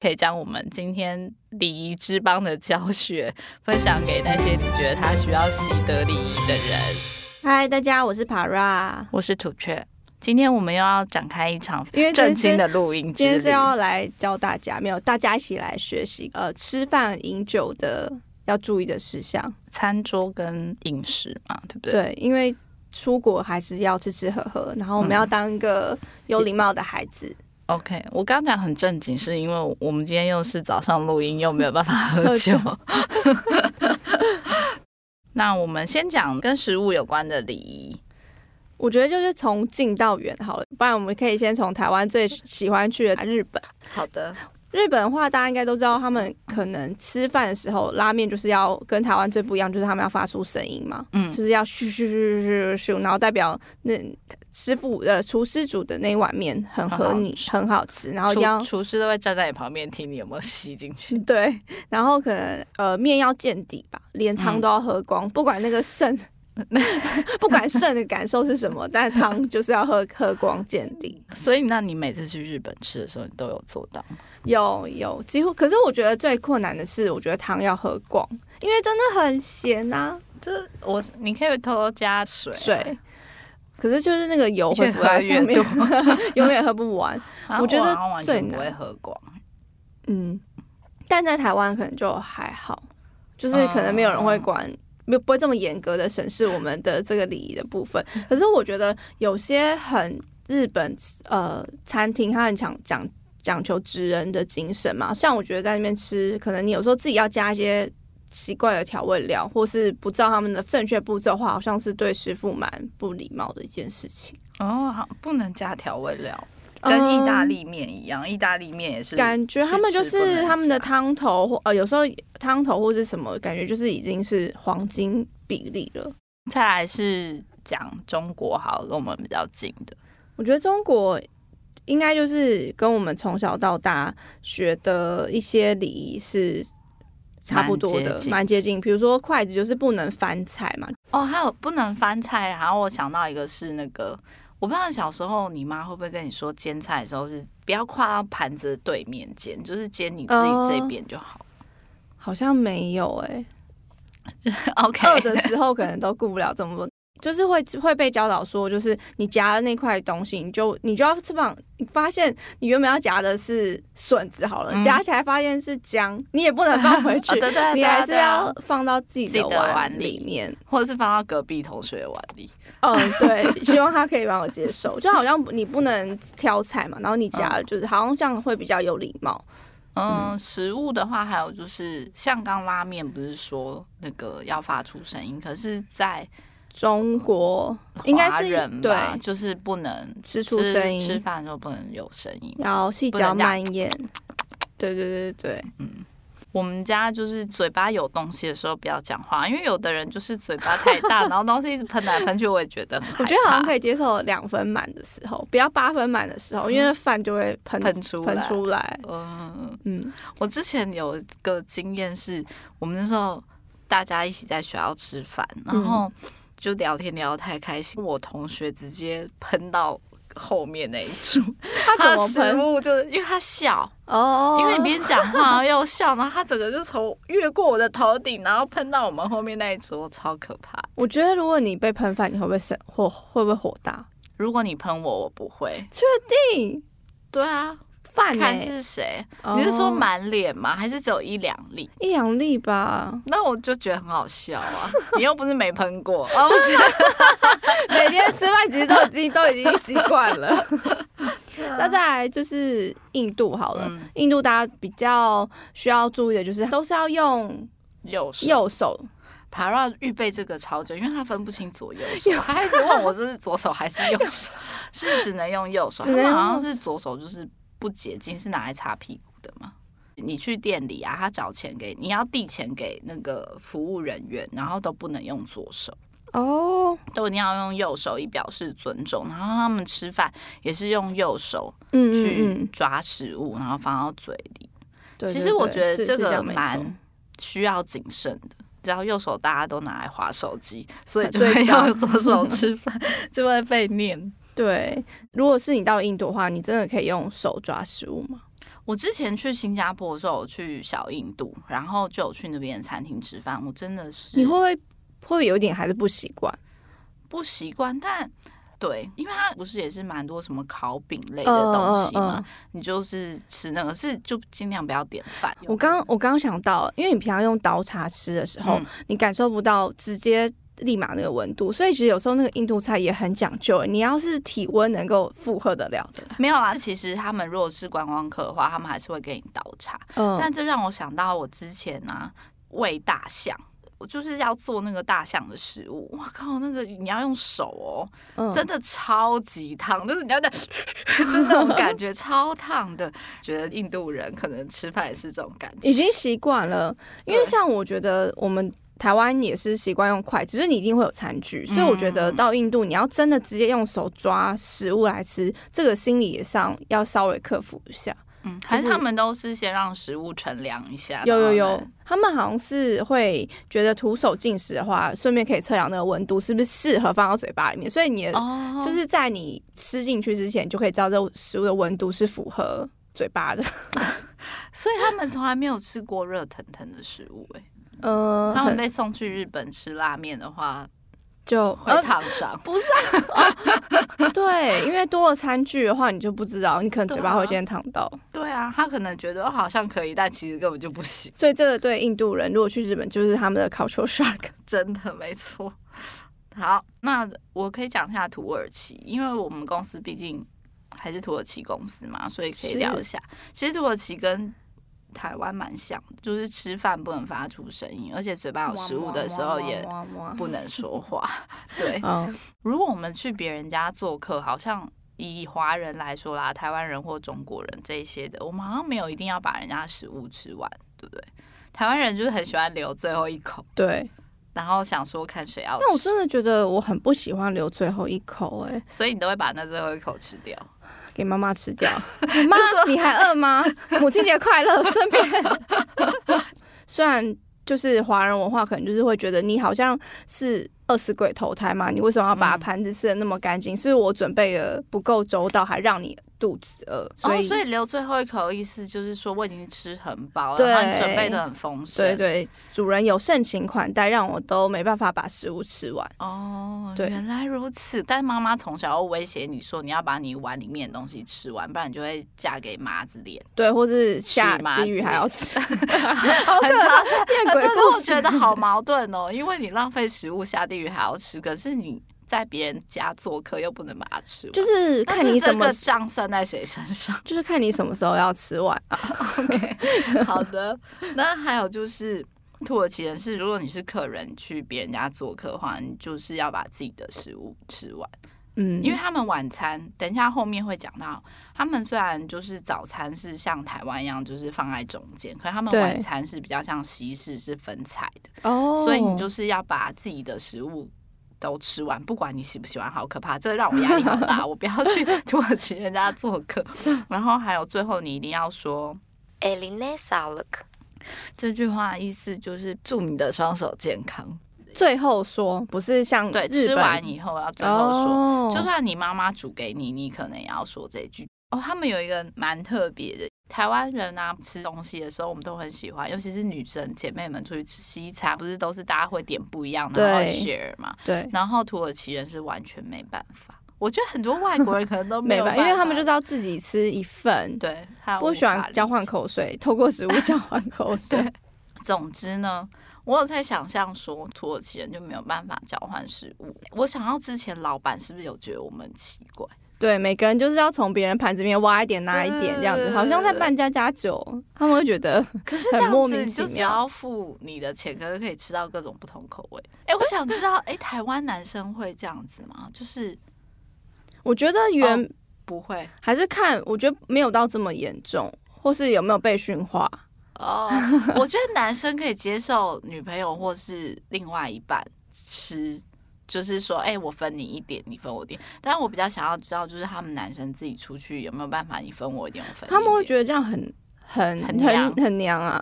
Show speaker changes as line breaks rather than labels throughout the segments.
可以将我们今天礼仪之邦的教学分享给那些你觉得他需要习得礼仪的人。
嗨，大家，我是 Para，
我是土雀，今天我们又要展开一场
因哎为今
正
天
经
是
的录音之
今
旅
天是要来教大家，没有大家一起来学习呃吃饭饮酒的要注意的事项。
餐桌跟饮食嘛，对不对？
对，因为出国还是要吃吃喝喝，然后我
嗯
们要当一个有礼貌的孩子，
OK，我刚刚讲很正经，是因为我们今天又是早上录音，又没有 办法喝
喝
酒
酒。
那我们先讲跟食物有关的礼仪。
我觉得就是从近到远好了，不然我们可以先从台湾最喜欢去的日本。
好的，
日本的话，大家应该都知道，他们可能吃饭的时候，拉面就是要跟台湾最不一样，就是他们要发出声音嘛，
嗯
就是要咻咻咻咻咻咻，然后代表那师傅呃厨师煮的那一碗面很合你，很好吃，然后一定要
厨厨师都会站在你旁边听你有没有吸进去。
对，然后可能呃面要见底吧，连汤都要喝光，不管那个剩， 不管剩的感受是什么，但汤就是要喝喝光见底。
所以，那你每次去日本吃的时候，你都有做到吗？
有有，几乎。可是我觉得最困难的是，我觉得汤要喝光，因为真的很咸呐、
这我你可以偷偷加水啊、
水。可是就是那个油会
越
浮
喝
在
越
上面，
多
永远喝不完。
啊，
我觉
好
得
像完
最
全不
难
会喝光。
嗯，但在台湾可能就还好，就是可能没有人会
嗯
管，没有不会这么严格的审视我们的这个礼仪的部分。可是我觉得有些很日本呃餐厅，它很讲讲讲求职人的精神嘛，像我觉得在那边吃，可能你有时候自己要加一些。奇怪的调味料，或是不照他们的正确步骤的话，好像是对师傅蛮不礼貌的一件事情。
哦，好，不能加调味料，跟意大
嗯
利面一样，意大利面也是
感觉他们就
去吃啊不
是
能
他们的
加
汤头或呃，有时候汤头或是什么，感觉就是已经是黄金比例了。
再来是讲中国好了，跟我们比较近的，
我觉得中国应该就是跟我们从小到大学的一些礼仪是差不多
蛮
的
接，近
蛮接近。比如说筷子就是不能翻菜嘛，
哦，还有不能翻菜。然后我想到一个是那个，我不知道小时候你妈会不会跟你说，煎菜的时候是不要跨到盘子的对面煎，就是煎你自己这边就好。
好像没有哎、
OK，
饿的时候可能都顾不了这么多，就是会会被教导说，就是你夹了那块东西，你就你就要吃放，你发现你原本要夹的是笋子好了，
嗯
夹起来发现是姜，你也不能放回 去
哦、。对对对，
你还是
对啊
要，放到自己
自己
的
的
碗
碗里
里面，
或者是放到隔壁同学的碗里。
嗯， 对，希望他可以帮我接受。就好像你不能挑菜嘛，然后你夹了，就是好像这样会比较有礼貌。
嗯，食物的话，还有就是像刚拉面不是说那个要发出声音，可是在
中国应该
华
是
人
对
吧，就是不能
吃出
吃
声音，
吃饭的时候不能有声音。
要细
不能
嚼
这样
慢咽。对对对对
我们家就是嘴巴有东西的时候不要讲话，因为有的人就是嘴巴太 大，然后东西一直喷来喷去，我也觉得很害怕
我觉得好像可以接受两分满的时候，不要八分满的时候，因为饭就会喷
嗯喷出来
喷出来。
嗯，
嗯，
我之前有一个经验是，我们那时候大家一起在学校吃饭，
嗯
然后就聊天聊得太开心，我同学直接喷到后面那一桌，
他
他的
怎么
食
喷？
物就是因为他笑，
哦，
因为你边讲话又笑，然后他整个就从越过我的头顶，然后喷到我们后面那一桌，超可怕。
我觉得如果你被喷饭，你会不会生火？会不会火大？
如果你喷我，我不会。
定
对啊，
饭哎
看
呢？
是谁。你是说
哦
满脸吗？还是只有一两粒？
一两粒吧？
那我就觉得很好笑 啊！你又不是没喷过，哦，不是，
每天吃饭其实都已经都已经习惯了。那再来就是印度好了，
啊嗯
印度大家比较需要注意的就是都是要用
右手
右手
Para 预备这个超久，因为他分不清左右手，他一直问我这是左手还是右手，是只能用右手。他
只能
们
用
好像是左手就是不洁净，是拿来擦屁股的嘛。你去店里啊，他找钱给你，要递钱给那个服务人员，然后都不能用左手。
哦，
都一定要用右手以表示尊重，然后他们吃饭也是用右手
嗯嗯
去
嗯
抓食物，然后放到嘴里。
对，
其
对
实我
对
觉得
是
这
是
个
样没错
蛮需要谨慎的。只要右手大家都拿来划手机，所以就
对
会
这样
用左手吃饭，就会被念。
对，如果是你到印度的话，你真的可以用手抓食物吗？
我之前去新加坡的时候，有去小印度，然后就有去那边的餐厅吃饭，我真的是
你会不会会不会有点还是不习惯？
不习惯，但对，因为它不是也是蛮多什么烤饼类的东西嘛，
嗯嗯嗯
你就是吃那个，是就尽量不要点饭。
我刚我刚想到，因为你平常用刀叉吃的时候，
嗯
你感受不到直接立马那个温度，所以其实有时候那个印度菜也很讲究。欸你要是体温能够负荷得了的，
没有啊，其实他们如果是观光客的话，他们还是会给你倒茶，
嗯
但这让我想到我之前啊喂大象。我就是要做那个大象的食物，我靠，那个你要用手哦，
嗯
真的超级烫，就是你要在，就是那种感觉超烫的。觉得印度人可能吃饭也是这种感觉，
已经习惯了。因为
对
像我觉得我们。台湾也是习惯用筷子，只是你一定会有餐具，所以我觉得
嗯
到印度，你要真的直接用手抓食物来吃，这个心理上要稍微克服一下。
嗯，还是
就是
他们都是先让食物乘凉一下，
有有
然后
有
呢，，
他们好像是会觉得徒手进食的话，顺便可以测量那个温度是不是适合放到嘴巴里面，所以你的、
哦，
就是在你吃进去之前，就可以知道这食物的温度是符合嘴巴的。
所以他们从来没有吃过热腾腾的食物、欸，
嗯，
他们
很
被送去日本吃拉面的话
就
会
呃
烫伤。
不是啊、哦对，因为多了餐具的话，你就不知道，你可能嘴巴会先烫到，
对啊，他可能觉得哦好像可以，但其实根本就不行，
所以这个对印度人，如果去日本，就是他们的 cultural shock。
真的没错。好，那我可以讲一下土耳其，因为我们公司毕竟还是土耳其公司嘛，所以可以
是
聊一下。其实土耳其跟台湾蛮像，就是吃饭不能发出声音，而且嘴巴有食物的时候也
哇哇哇哇
不能说话。 对，
哦，
如果我们去别人家做客，好像以华人来说啦，台湾人或中国人这一些的，我们好像没有一定要把人家食物吃完，对不对？台湾人就是很喜欢留最后一口，
对。
然后想说看谁要
但我
吃，
真的觉得我很不喜欢留最后一口、哎，
所以你都会把那最后一口吃掉。
给妈妈吃掉。 妈，你还饿吗？母亲节快乐，顺便。虽然就是华人文化，可能就是会觉得你好像是饿死鬼投胎嘛，你为什么要把
嗯
盘子吃的那么干净？是我准备的不够周到，还让你肚子饿，所
哦，
以。
所以留最后一口的意思就是说我已经吃很饱，
对
然后你准备的很丰盛。
对对，主人有盛情款待，让我都没办法把食物吃完。
哦，
对
原来如此。但妈妈从小要威胁你说，你要把你碗里面的东西吃完，不然你就会嫁给麻子脸。
对，或是
吃
下
嘛
地狱
之
还
类
要
的
吃， 好可
很
怕
常！
变
啊，
鬼
这
故
是
事，
我觉得好矛盾哦，因为你浪费食物下地狱还要吃，可是你在别人家做客又不能把它吃完，
就是
但
看你什
啊这
么
个账算在谁身上
就是看你什么时候要吃完啊。
？OK，好的。那还有就是。土耳其人是，如果你是客人去别人家做客的话，你就是要把自己的食物吃完，
嗯，
因为他们晚餐，等一下后面会讲到，他们虽然就是早餐是像台湾一样，就是放在中间，可是他们
对
晚餐是比较像西式，是分菜的。
哦，
所以你就是要把自己的食物都吃完，不管你喜不喜欢，好可怕！这让我压力好 大，我不要去 土耳其人家做客。然后还有最后，你一定要说
Eline sağlık.
这句话，意思就是祝你的双手健康。
最后说，不是像
对，
日
吃
本
完以后啊要最后说，
哦、
就算你妈妈煮给你，你可能也要说这句。哦，他们有一个蛮特别的，台湾人啊，吃东西的时候我们都很喜欢，尤其是女生姐妹们出去吃西餐，不是都是大家会点不一样的，然后
对
share 嘛。
对。
然后土耳其人是完全没办法。我觉得很多外国人可能 都
没
有
办
办
法，因为他们就知道自己吃一份，，
对，他
不喜
无法
欢
理
交换
解。
口水，透过食物交换口 水。
对总之呢，我有在想象说土耳其人就没有办法交换食物。我想到之前老板是不是有觉得我们很奇怪？
对，每个人就是要从别人盘子里面挖一点拿一点这样子，
对
好像在办家家酒，他们会觉得
可是
很
这样
莫
子
名
你
其
就只
妙
要付你的钱，可是可以吃到各种不同口味。哎、我想知道，哎、台湾男生会这样子吗？就是
我觉得原、
不会
还是看，我觉得没有到这么严重，或是有没有被驯化。
哦。 我觉得男生可以接受女朋友或是另外一半吃，就是说，哎、我分你一点，你分我一点。但我比较想要知道，就是他们男生自己出去有没有办法，你分我一点，我分你一点
他们会觉得这样很很
很娘
很娘啊，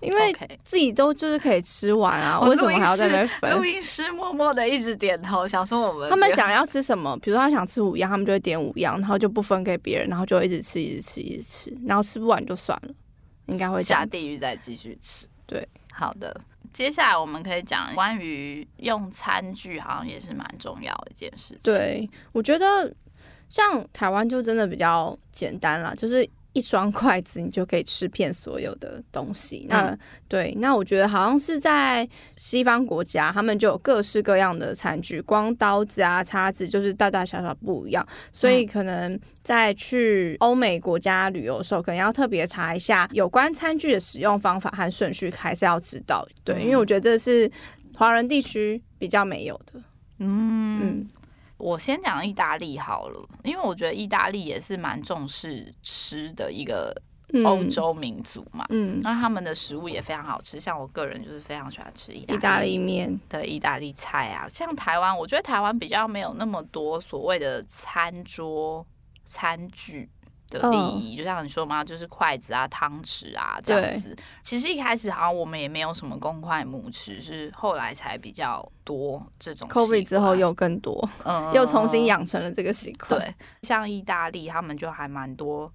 因为
OK
自己都就是可以吃完啊，
我
为什么
录音
还要在
师
那边分
录？音师默默的一直点头，想说我们
他们
不要
想要吃什么，比如说他想吃五样，他们就会点五样，然后就不分给别人，然后就一直吃，一直吃，一直吃，然后吃不完就算了，应该会这
下
样。
地狱再继续吃。
对，
好的。接下来我们可以讲关于用餐具，好像也是蛮重要的一件事情。，
对，我觉得像台湾就真的比较简单啦，就是一双筷子你就可以吃遍所有的东西。那、
嗯
对，那我觉得好像是在西方国家，他们就有各式各样的餐具，光刀子啊、叉子就是大大小小不一样，所
嗯
以可能在去欧美国家旅游的时候，可能要特别查一下有关餐具的使用方法和顺序，还是要知道。对，
嗯
因为我觉得这是华人地区比较没有的。
嗯，
嗯
我先讲意大利好了，因为我觉得意大利也是蛮重视吃的一个
嗯
欧洲民族嘛。
嗯，
那他们的食物也非常好吃，像我个人就是非常喜欢吃意
意大利
面。
面，
的意大利菜啊，像台湾，我觉得台湾比较没有那么多所谓的餐桌餐具的礼
嗯
仪，就像你说嘛，就是筷子啊、汤匙啊这样子。其实一开始好像我们也没有什么公筷母匙，是后来才比较多这种习惯。
COVID 之后又更多，
嗯
又重新养成了这个习惯。
对，像意大利他们就还蛮多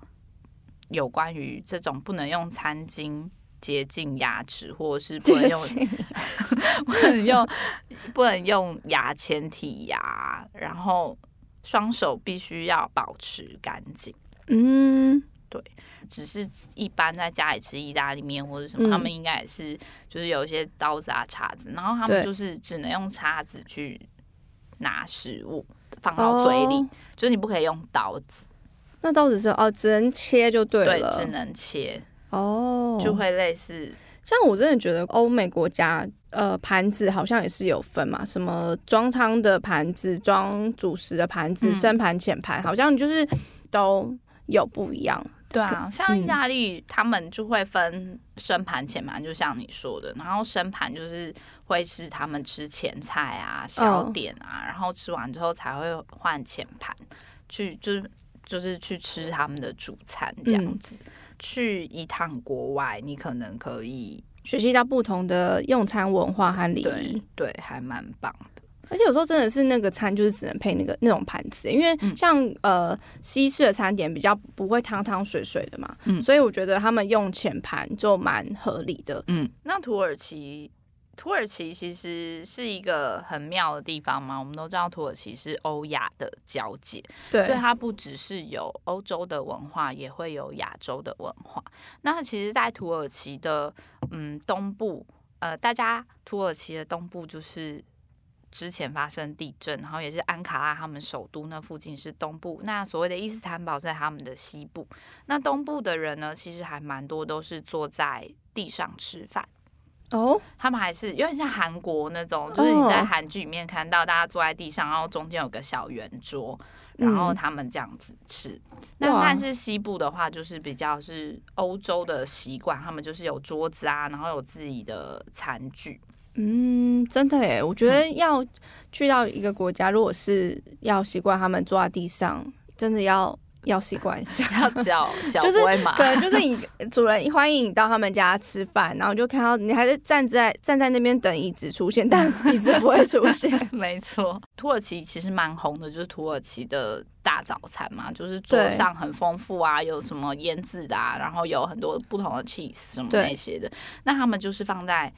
有关于这种不能用餐巾洁净牙齿，或者是不能
接
用
近，
不能用 不能用牙签剔牙，然后双手必须要保持干净。
嗯，
只是一般在家里吃意大利面或者什么，
嗯
他们应该也是就是有一些刀子啊、叉子，然后他们
对
就是只能用叉子去拿食物放到嘴里，
哦
就是你不可以用刀子，
那刀子是哦，只能切就对
对，
了。
只能切，
哦，
就会类似
像我真的觉得欧美国家，呃，盘子好像也是有分嘛，什么装汤的盘子、装主食的盘子、
嗯
深盘、浅盘，好像就是都有不一样。
对啊，像
嗯
意大利他们就会分深盘、浅盘，就像你说的，然后深盘就是会是他们吃前菜啊、小点啊，然后吃完之后才会换浅盘去，就是就是去吃他们的主餐这样子。去一趟国外，你可能可以
学习到不同的用餐文化和礼
对
仪，
对，还蛮棒的。
而且有时候真的是那个餐就是只能配那个那种盘子，因为
嗯
像、呃西式的餐点比较不会汤汤水水的嘛，
嗯
所以我觉得他们用浅盘就蛮合理的。
嗯，那土耳其。土耳其其实是一个很妙的地方嘛，我们都知道土耳其是欧亚的交界，
对，
所以它不只是有欧洲的文化，也会有亚洲的文化。那其实，在土耳其的嗯东部，呃，大家土耳其的东部就是之前发生地震，然后也是安卡拉他们首都那附近是东部，那所谓的伊斯坦堡在他们的西部。那东部的人呢，其实还蛮多都是坐在地上吃饭。
哦，
他们还是有点像韩国那种，就是你在
哦
韩剧里面看到大家坐在地上，然后中间有个小圆桌，
嗯
然后他们这样子吃。那
哇
但是西部的话，就是比较是欧洲的习惯，他们就是有桌子啊，然后有自己的餐具。
嗯，真的耶，我觉得
嗯
要去到一个国家，如果是要习惯他们坐在地上，真的要要习惯 一下。
要脚 脚
就是
不会麻，
对，就是你主人欢迎你到他们家吃饭，然后你就看到你还是站在站在那边等椅子出现，但椅子不会 出现。
没错，土耳其其实蛮红的，就是土耳其的大早餐嘛，就是桌
对
上很丰富啊，有什么腌制的啊，然后有很多不同的 cheese 什么
对
那些的。那他们就是放在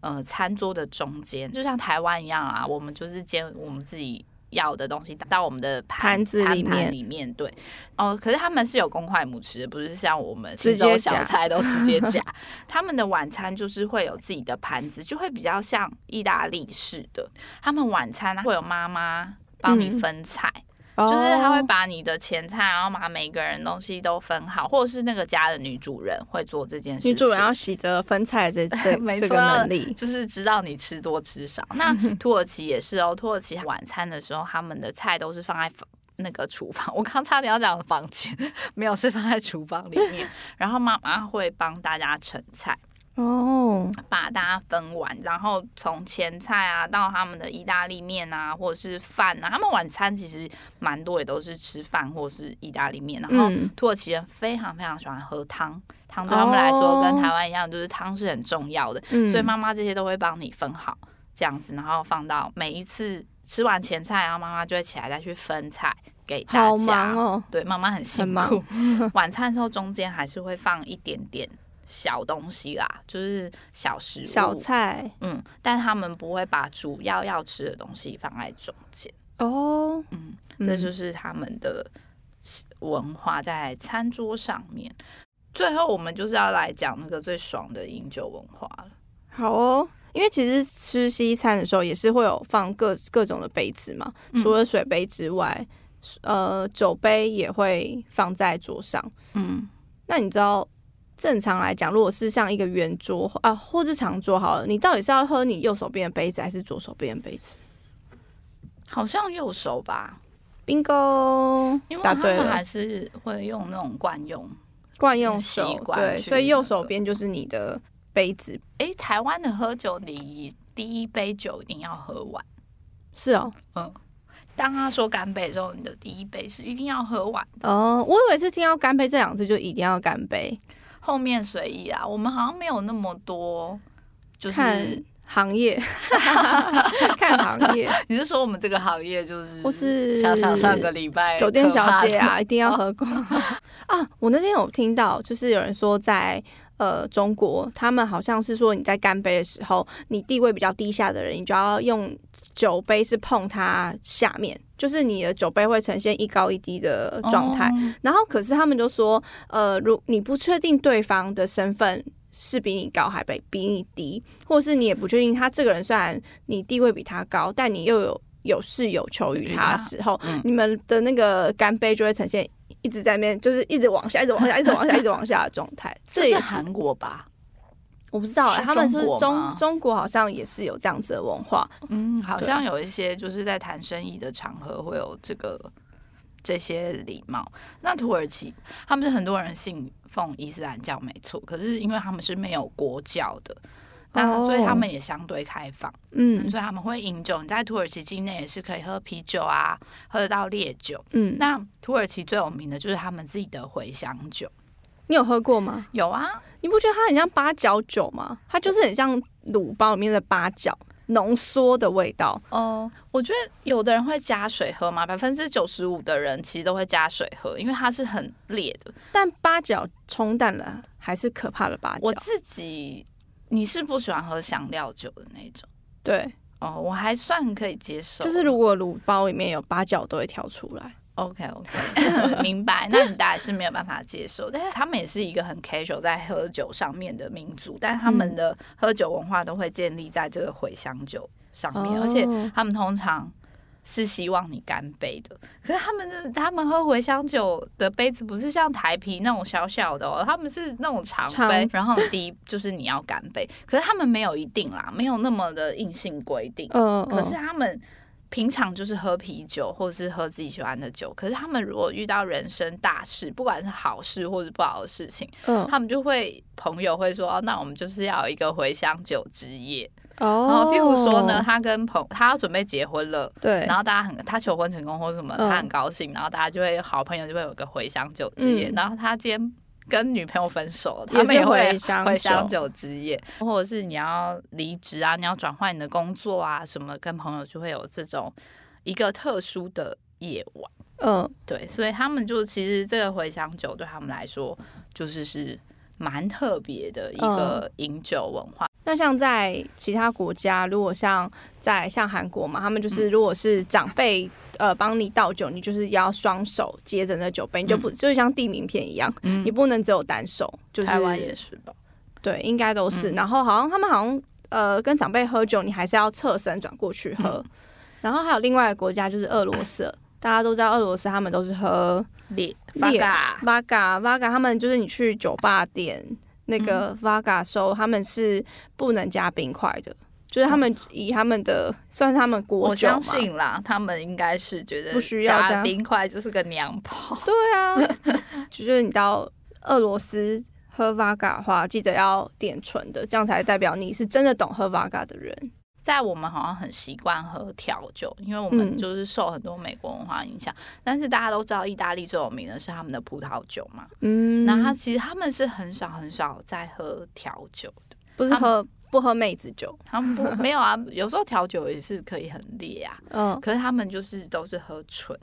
呃餐桌的中间，就像台湾一样啊，我们就是煎我们自己要的东西到我们的
盘子
餐
里
盘
面
里面。对，哦，可是他们是有公筷母匙的，不是像我们
直
吃这种
接
小
夹
菜 都直接夹。他们的晚餐就是会有自己的盘子，就会比较像意大利式的。他们晚餐啊会有妈妈帮你
嗯哦
分菜，
就
就是他会把你的前菜，然后把每个人东西都分好，或者是那个家的女主人会做这件事情。
女主人要习得分菜这 这
没
这
错啊
个能 力。
就是知道你吃多吃少。 那土耳其也是哦，土耳其晚餐的时候，他们的菜都是放在房那个厨房，我刚差点要讲房间，没有是放在厨房里面。然后妈妈会帮大家盛菜，
哦，
把大家分完，然后从前菜啊到他们的意大利面啊，或者是饭啊，他们晚餐其实蛮多也都是吃饭或是意大利面。然后
嗯
土耳其人非常非常喜欢喝汤，汤对他们来说
哦
跟台湾一样，就是汤是很重要的，
嗯
所以妈妈这些都会帮你分好这样子，然后放到每一次吃完前菜，然后妈妈就会起来再去分菜给大家。
好忙哦，
对，妈妈很辛苦。 晚餐的时候中间还是会放一点点小东西啦，就是小食物。
小菜
嗯，但他们不会把主要要吃的东西放在中间。
哦，
嗯，
嗯
这就是他们的文化在餐桌上面。最后，我们就是要来讲那个最爽的饮酒文化了。
好哦。因为其实吃西餐的时候也是会有放各各种的杯子嘛，
嗯
除了水杯之外，呃，酒杯也会放在桌上。
嗯，
那你知道，正常来讲，如果是像一个圆桌啊，或是长桌好了，你到底是要喝你右手边的杯子，还是左手边的杯子
好像右手吧，
？bingo，
因为
答
他
对
们还
了，
是会用那种惯用。
惯用手
习惯
对，
去
所以右
那
手
个
边就是你的杯子。
诶，台湾的喝酒礼仪，第一杯酒一定要喝完。
是哦，
嗯，当他说干杯的时候，你的第一杯是一定要喝完，
哦，我以为是听到干杯这两个字就一定要干杯，
后面随意啊。我们好像没有那么多，就是
看 行业，看行业，
你是说我们这个行业就是，
或是
想想上个礼拜
酒店小姐
可怕的，
啊，一定要 喝光啊！我那天有听到，就是有人说在呃中国，他们好像是说你在干杯的时候，你地位比较低下的人，你就要用酒杯是碰它下面，就是你的酒杯会呈现一高一低的状态。
哦
然后可是他们就说，呃，如你不确定对方的身份。是比你高还比比你低，或是你也不确定他这个人，虽然你地位比他高，但你又有有事有求于
与
他
他
的时候，
嗯
你们的那个干杯就会呈现一直在面，就是一直往下，一直往下，一直往下，一直往下的状 态。
这
也
是
是
韩国吧？
我不知道、欸，
是
他们是
中
不是
国
中
吗
中国好像也是有这样子的文化，
嗯，好
对
像有一些就是在谈生意的场合会有这个这些礼貌。那土耳其他们是很多人信奉伊斯兰教，没错，可是因为他们是没有国教的，那
哦
所以他们也相对开放，
嗯
所以他们会饮酒。你在土耳其境内也是可以喝啤酒啊，喝得到烈酒。
嗯。那
那土耳其最有名的就是他们自己的茴香酒，
你有喝过吗？
有啊，
你不觉得它很像八角酒吗？它就是很像卤包里面的八角浓缩的味道。
哦、我觉得有的人会加水喝嘛，百分之九十五的人其实都会加水喝，因为它是很烈的。
但八角冲淡了还是可怕的八角
我。自己，你是不喜欢喝香料酒的那种
对，
哦，我还算可以接受。
就是如果卤包里面有八角，都会跳出来。
OK OK，明 白。那你当然是没有办法接受，但是他们也是一个很 casual 在喝酒上面的民族，但他们的喝酒文化都会建立在这个茴香酒上面，而且
哦
他们通常。是希望你干杯的，可是他们的他们喝茴香酒的杯子不是像台啤那种小小的哦，他们是那种长杯
长，
然后第一就是你要干杯，可是他们没有一定啦，没有那么的硬性规定，
嗯，
可是
嗯
他们平常就是喝啤酒，或者是喝自己喜欢的酒。可是他们如果遇到人生大事，不管是好事或者不好的事情，
嗯
他们就会朋友会说：“哦，那我们就是要有一个茴香酒之夜。”然
哦
后譬如说呢，，他跟朋他要准备结婚了。
对
然，后大家很，他求婚成功或什么，
嗯
他很高兴，然后大家就会好朋友就会有个茴香酒之夜。
嗯
然后他今天跟女朋友分手，
也
他们也
是
会
茴香
茴香酒
酒
之夜，或者是你要离职啊，你要转换你的工作啊，什么跟朋友就会有这种一个特殊的夜晚。
嗯，
对，所以他们就其实这个茴香酒对他们来说就是是蛮特别的一个
嗯
饮酒文化。
那像在其他国家，如果像在像韩国嘛，他
嗯
们就是如果是长辈呃帮你倒酒，你就是要双手接着那酒杯，你就不就像递名片一样，
嗯
你不能只有单手，就是
台湾也是嗯吧？
对，应该都是。然后好像他们好像呃跟长辈喝酒，你还是要侧身转过去喝。
嗯
然后还有另外一个国家就是俄罗 斯，大家都知道俄罗斯他们都是喝
烈
烈
Vodka
Vaga Vaga，他们就是你去酒吧点那
嗯
个 Vaga 收，他们是不能加冰块的，就是他们以他们的算是他们国
哦我
酒嘛
相。信啦，他们应该是觉得
不需要这
加
样
冰块就是个娘炮。
对啊，就是你到俄罗斯喝 v a g a 的话，记得要点纯的，这样才代表你是真的懂喝 v a g a 的人。
在我们好像很习惯喝调酒，因为我们
嗯
就是受很多美国文化影响。但是大家都知道，意大利最有名的是他们的葡萄酒嘛。
嗯，
那他其实他们是很少很少在喝调酒的，
不是
他们
喝不喝妹子酒，
他们 不没有啊。有时候调酒也是可以很烈啊，
嗯，
可是他们就是都是喝纯，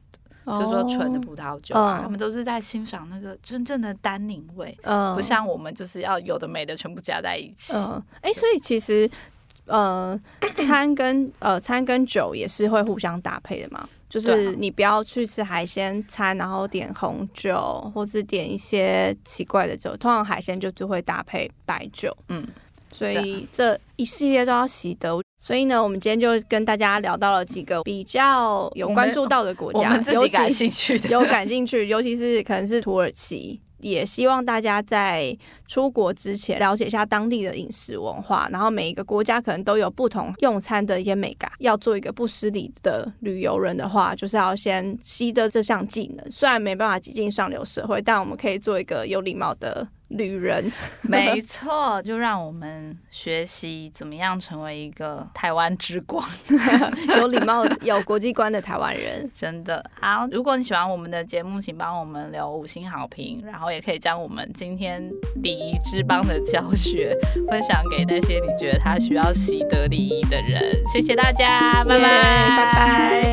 就是说纯的葡萄酒
哦嗯
啊，他们都是在欣赏那个真正的单宁味，
哦，嗯，
不像我们就是要有的没的全部加在一起。
嗯，哎、所以其实，呃，餐跟呃餐跟酒也是会互相搭配的嘛。就
对
是
啊
你不要去吃海鲜餐，然后点红酒或是点一些奇怪的酒，通常海鲜就是会搭配白酒。
嗯，
所以这一系列都要习得。所以呢，我们今天就跟大家聊到了几个比较有
我们
关注到的国
我
家，
们自
尤
己
其
感兴趣 的，
有感兴趣，尤其是可能是土耳其，也希望大家在出国之前了解一下当地的饮食文化，然后每一个国家可能都有不同用餐的一些美感。要做一个不失礼的旅游人的话，就是要先习得这项技能。虽然没办法挤进上流社会，但我们可以做一个有礼貌的旅人。
没错，就让我们学习怎么样成为一个台湾之光，
有礼貌、有国际观的台湾人。
真的。好，如果你喜欢我们的节目，请帮我们留五星好评，然后也可以将我们今天礼仪之邦的教学分享给那些你觉得他需要习得礼仪的人。谢谢大家，拜拜，
耶拜拜。